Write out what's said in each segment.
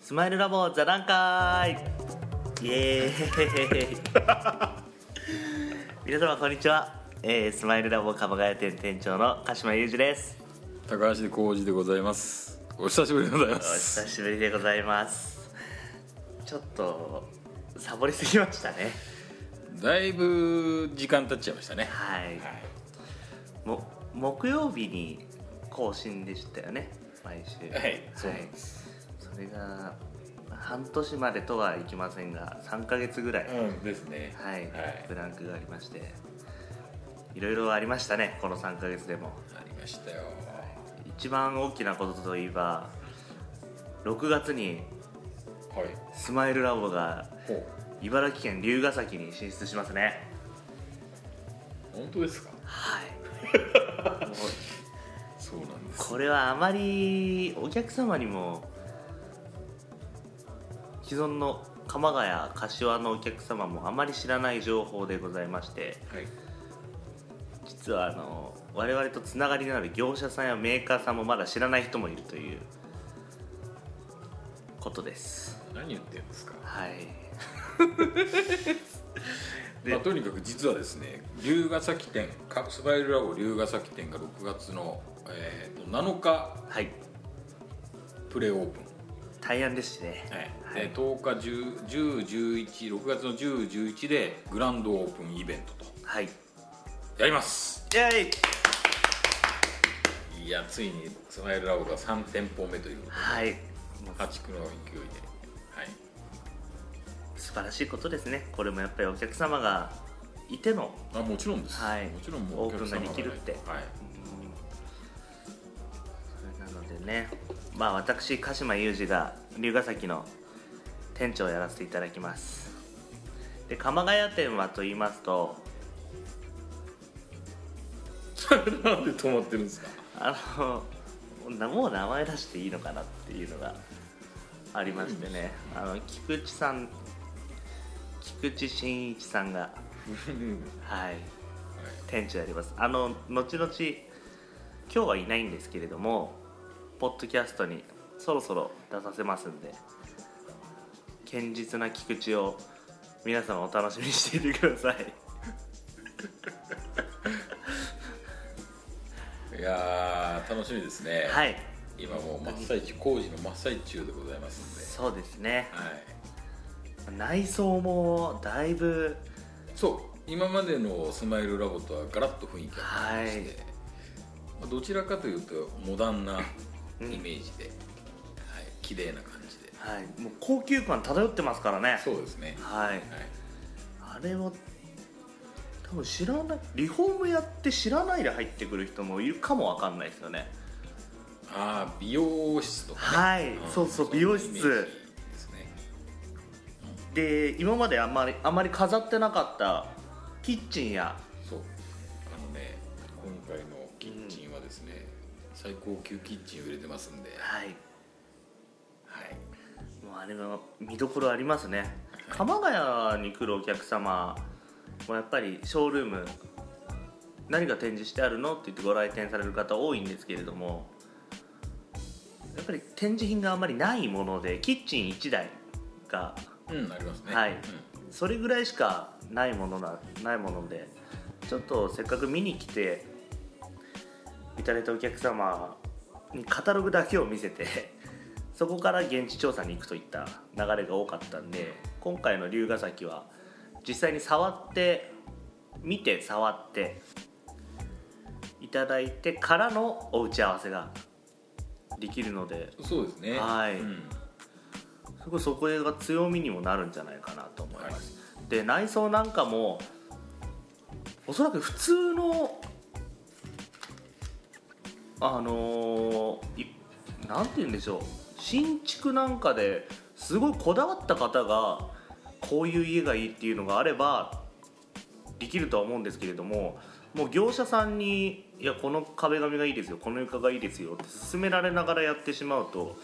スマイルラボ座談会イエーイ 皆様こんにちは、えースマイルラボ鎌ヶ谷店店長の鹿島裕二です高橋浩二でございますお久しぶりでございまおす久しぶりでございますちょっとサボりすぎましたねだいぶ時間経っちゃいましたねはい、も木曜日に更新でしたよね毎週はいそうなんですそれが半年までとはいきませんが3ヶ月ぐらい、うんですねはい、はいブランクがありましていろいろありましたねこの3ヶ月でもありましたよ一番大きなことといえば6月にはいスマイルラボがほう茨城県龍ケ崎に進出しますね本当ですかはいもうそうなんですこれはあまりお客様にも既存の鎌ヶ谷柏のお客様もあまり知らない情報でございましてはい実はあの我々とつながりのある業者さんやメーカーさんもまだ知らない人もいるということです何言ってるんですかはいでまあ、とにかく実はですね龍ヶ崎店カプスバイルラボ龍ヶ崎店が6月の、えー、と7日はいプレオープン大安ですしねはい、で10日10 10 11 6月の10、11でグランドオープンイベントとはいイやりますェイいやついにスマイルラボが3店舗目というはいもう破竹の勢いで、はい、素晴らしいことですねこれもやっぱりお客様がいてのあもちろんです、はいもちろんもうおオ客様ープンができるってはい、それなのでねまあ私鹿島裕二が龍ヶ崎の店長をやらせていただきますで鎌ヶ谷店はと言いますとそれ なんで止まってるんですかあのなもう名前出していいのかなっていうのがありましてねあの菊池さん菊池真一さんがはい店長やりますあの後々今日はいないんですけれどもポッドキャストにそろそろ出させますんで堅実な菊池を皆様お楽しみにしていてくださいいやー楽しみですね、はい今もう真っ最中工事の真っ最中でございますそうですねんで、はい、内装もだいぶそう今までのスマイルラボとはガラッと雰囲気が変わりまして、まあどちらかというとモダンなイメージで、はい綺麗な感じではいもう高級感漂ってますからねそうですね、はいはい、あれは多分知らないリフォームやって知らないで入ってくる人もいるかもわかんないですよねああ美容室とか、ねはいんそうそう美容室のイメージですねで今まであんまりあんまり飾ってなかったキッチンやそうあのね今回のキッチンはですね、最高級キッチンを入れてますんで、はいはいもうあれの見どころありますね鎌ヶ谷に来るお客様もやっぱりショールーム何が展示してあるのって言ってご来店される方多いんですけれどもやっぱり展示品があんまりないものでキッチン1台がうんありますねはいうんそれぐらいしかないものなないものでちょっとせっかく見に来ていただいたお客様にカタログだけを見せて そこから現地調査に行くといった流れが多かったんで今回の龍ヶ崎は実際に触って見て触っていただいてからのお打ち合わせができるのでそうですねはいうんすごいそこが強みにもなるんじゃないかなと思います、はいで内装なんかもおそらく普通のあのーいなんて言うんでしょう新築なんかですごいこだわった方がこういう家がいいっていうのがあればできるとは思うんですけれどももう業者さんに「いやこの壁紙がいいですよこの床がいいですよ」って勧められながらやってしまうと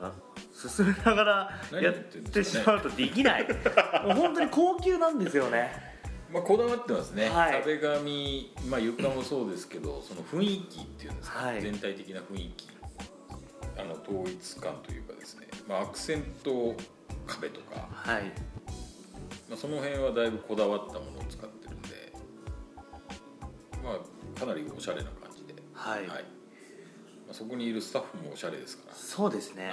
あ勧めながら何や言っってんてですしかねまうとできないもう本当に高級なんですよねまあ、こだわってますね、はい壁紙、まあ、床もそうですけどその雰囲気っていうんですか、はい全体的な雰囲気あの通統一感というかですね、まあ、アクセント壁とか、はいまあ、その辺はだいぶこだわったものを使ってるんで、まあ、かなりおしゃれな感じで、はい、まあ、そこにいるスタッフもおしゃれですからそうですね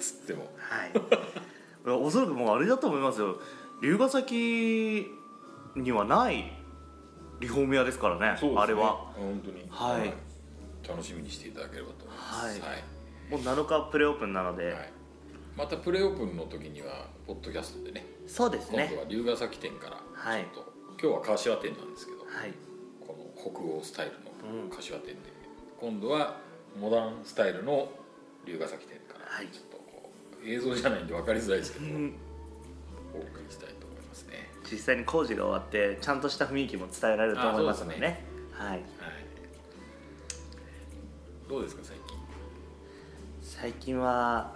つってもはいいやおそらくもうあれだと思いますよ龍ヶ崎にはないリフォーム屋ですからねあれは本当に、はい楽しみにしていただければと思います、はいもう7日プレオープンなので、はいまたプレオープンの時にはポッドキャストでねそうです今ね度は龍ヶ崎店からはいちょっと、今日は柏店なんですけど、はいこの北欧スタイルうんの柏店で、今度はモダンスタイルの龍ヶ崎店から、はいちょっとこう映像じゃないんで分かりづらいですけうど、んお送りしたいと思いますね、実際に工事が終わってちゃんとした雰囲気も伝えられると思いますのでねあはい、はい、どうですか最近最近は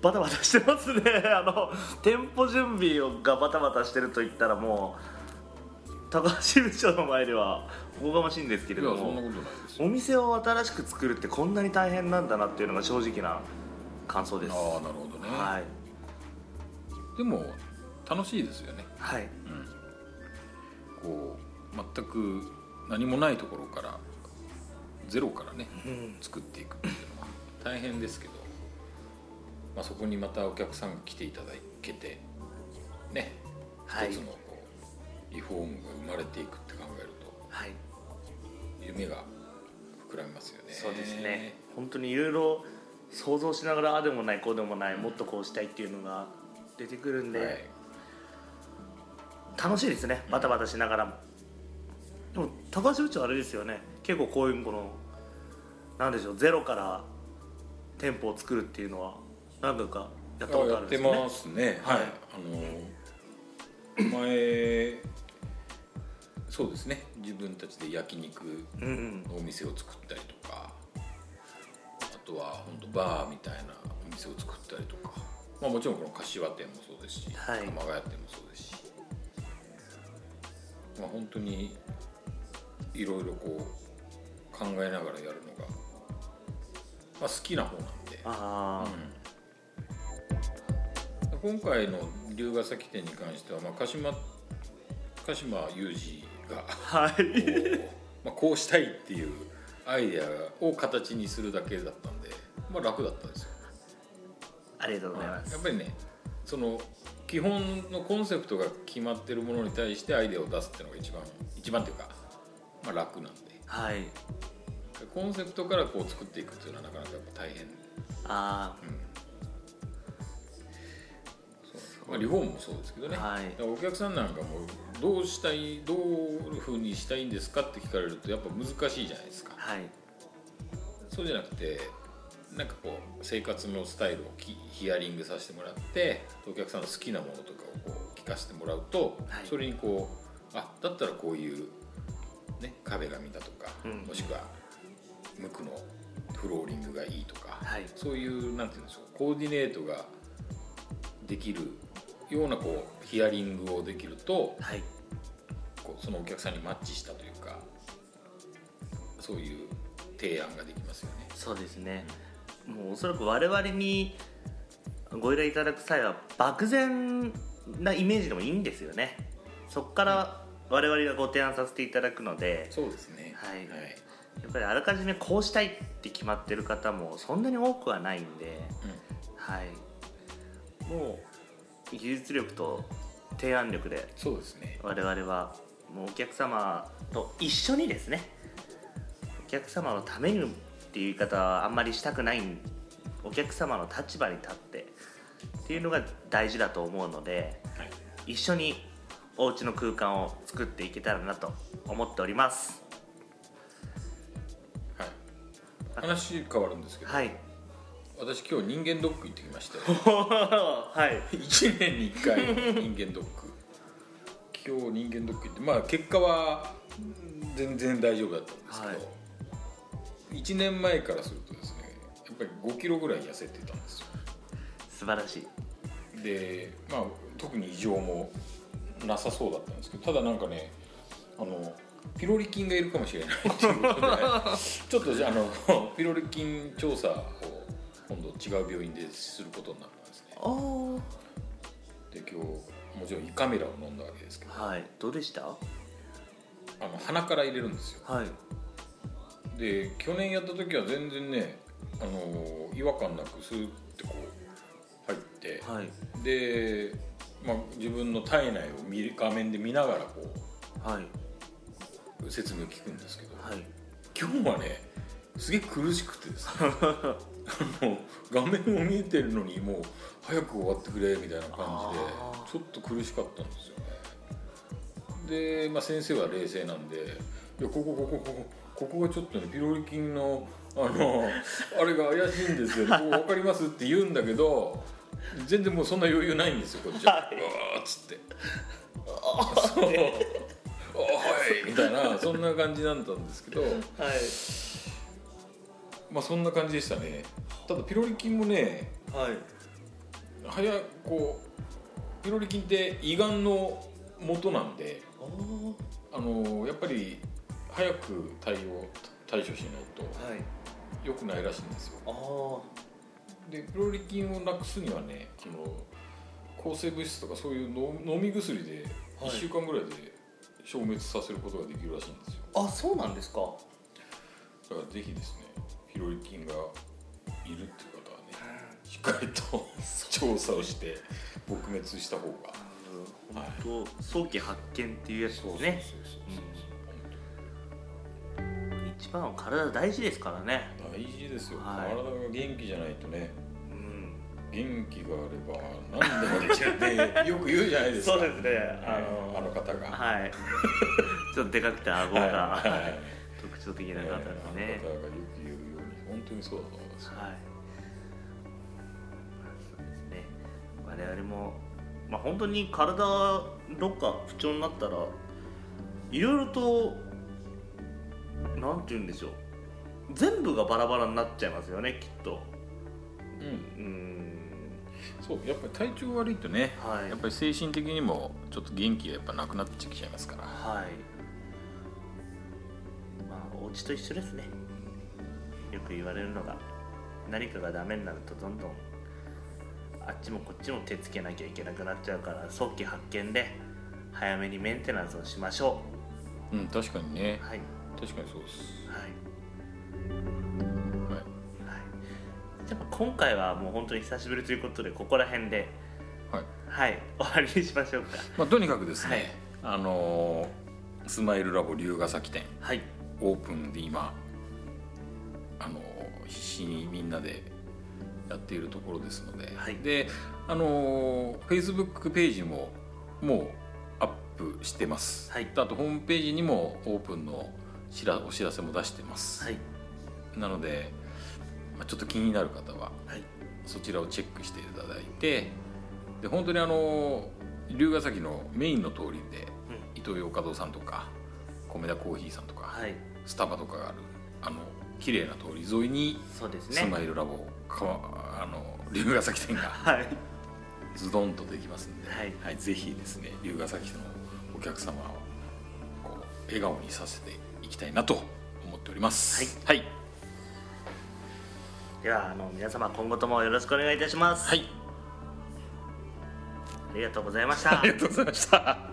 バタバタしてますね あの店舗準備がバタバタしてると言ったらもう高橋部長の前ではおこがましいんですけれどもことないですお店を新しく作るってこんなに大変なんだなっていうのが正直な感想ですああなるほどね、はいでも楽しいですよねはいこう全く何もないところからゼロからねうん作っていくっていうのは大変ですけど、まあ、そこにまたお客さんが来ていただけてねはい一つのこうリフォームが生まれていくって考えるとはい夢が膨らみますよねそうですね本当にいろいろ想像しながらああでもないこうでもないもっとこうしたいっていうのが出てくるんで、はい楽しいですねバタバタしながらも、でも高橋部長あれですよね結構こういうこのなんでしょうゼロから店舗を作るっていうのは何回かやったことあやるっんてですよねますねはい、はいあの前そうですね自分たちで焼肉うんうんのお店を作ったりとかあとは本当バーみたいなお店を作ったりとか、まあ、もちろんこの柏店もそうですし、はい鎌ヶ谷店もそうですし、まあ、本当にいろいろこう考えながらやるのが、まあ、好きな方なんで。ああ、今回の龍ヶ崎店に関しては、まあ、鹿島鹿島裕二がはいこうまあこうしたいっていうアイデアを形にするだけだったんで、まあ、楽だったんですよ、ありがとうございやます、っぱりねその基本のコンセプトが決まってるものに対してアイデアを出すっていうのが一番一番っていうか、まあ、楽なんではいコンセプトからこう作っていくっていうのはなかなかやっぱ大変ああまあ、リフォームもそうですけどね、はいだからお客さんなんかもどうしたいどういうふうにしたいんですかって聞かれるとやっぱ難しいじゃないですかはいそうじゃなくてなんかこう生活のスタイルをきヒアリングさせてもらってお客さんの好きなものとかをこう聞かせてもらうと、はいそれにこうあだったらこういう、ね、壁紙だとか、うんもしくは無垢のフローリングがいいとか、はいそういうなんて言うんでしょうコーディネートができるようなこうヒアリングをできるとはいこうそのお客さんにマッチしたというかそういう提案ができますよね。そうですね、もうおそらく我々にご依頼いただく際は漠然なイメージでもいいんですよねそこから我々がご提案させていただくので、そうですね。はいはい。やっぱりあらかじめこうしたいって決まってる方もそんなに多くはないんで、はい、うんもう技術力と提案力でそうですね。我々はもうお客様と一緒にですねお客様のためにっていう言い方はあんまりしたくないんお客様の立場に立ってっていうのが大事だと思うのではい。一緒にお家の空間を作っていけたらなと思っております話変わるんですけど、はい私今日人間ドック行ってきまし て、はい1年に1回人間ドック。今日人間ドック行って、まあ結果はうん全然大丈夫だったんですけど、はい1年前からするとですね、やっぱり5キロぐらい痩せてたんですよ。素晴らしいで、まあ特に異常もなさそうだったんですけど、ただなんかね、あのピロリ菌がいるかもしれないっていうことで ちょっとじゃああのピロリ菌調査を今度違う病院ですることになるんですねあで今日もちろん胃カメラを飲んだわけですけどあはいどうでしたあの鼻から入れるんですよはいで去年やった時は全然ね、あの違和感なくスーッてこう入って、はいで、まあ、自分の体内を見る画面で見ながらこはいう説明を聞くんですけどはい今日はねすげえ苦しくてです ねあの画面を見えてるのにもう早く終わってくれみたいな感じであーちょっと苦しかったんですよねで、まあ、先生は冷静なんで「いやここここここここがちょっとねピロリ菌の あのあれが怪しいんですよここ分かります?」って言うんだけど全然もうそんな余裕ないんですよこっちは「はいうわ」っつって「そう おーはい」みたいなそんな感じだったんですけどはいまあそんな感じでしたねただピロリ菌もねはい早くこうピロリ菌って胃がんの元なんであーあのやっぱり早く対応対処しないとはい良くないらしいんですよあーでピロリ菌をなくすにはねその抗生物質とかそういうの飲み薬ではい1週間ぐらいで消滅させることができるらしいんですよあそうなんですかだからぜひですねピロリ菌がいるっていう方はねしっかりと調査をして撲滅した方が本当早期発見っていうやつですねそうそう一番は体大事ですからねそう大事ですよ、はい体が元気じゃないとねうん元気があれば何でもでき るってよく言うじゃないですそかうですねああののあの方がはい ちょっとでかくて顎はいがはい特徴的えなー方あの方でがすよねく言うように本当にそうだと思いますはいそうですね我々もまあ本当に体どっか不調になったらいろいろとなんて言うんでしょう全部がバラバラになっちゃいますよねきっとうんうんそうやっぱり体調悪いとねはいやっぱり精神的にもちょっと元気がやっぱなくなってきちゃいますからはいまあお家と一緒ですねよく言われるのが何かがダメになるとどんどんあっちもこっちも手つけなきゃいけなくなっちゃうから早期発見で早めにメンテナンスをしましょうん確かにねうはい確かにそうですはいはいじゃあ今回はもう本当に久しぶりということでここら辺ではいはい終わりにしましょうかまあ、とにかくですね、あのースマイルラボ龍ヶ崎店はいオープンで今、あのー必死にみんなでやっているところですので、はいで、あのー、Facebook ページももうアップしてます、はいあとホームページにもオープンの知らお知らせも出してます、はいなので、まあ、ちょっと気になる方ははいそちらをチェックしていただいてで本当にあの龍ヶ崎のメインの通うりでんイトーヨーカドーさんとか米田コーヒーさんとか、はいスタバとかがあるあの綺麗な通り沿いにそうですスねマイルラボかわあの龍ヶ崎店がはいズドンとできますんで、はいぜひですね龍ヶ崎のお客様をこう笑顔にさせていきたいなと思っております。はい、はいではあの皆様今後ともよろしくお願いいたします、はい、ありがとうございましたありがとうございました。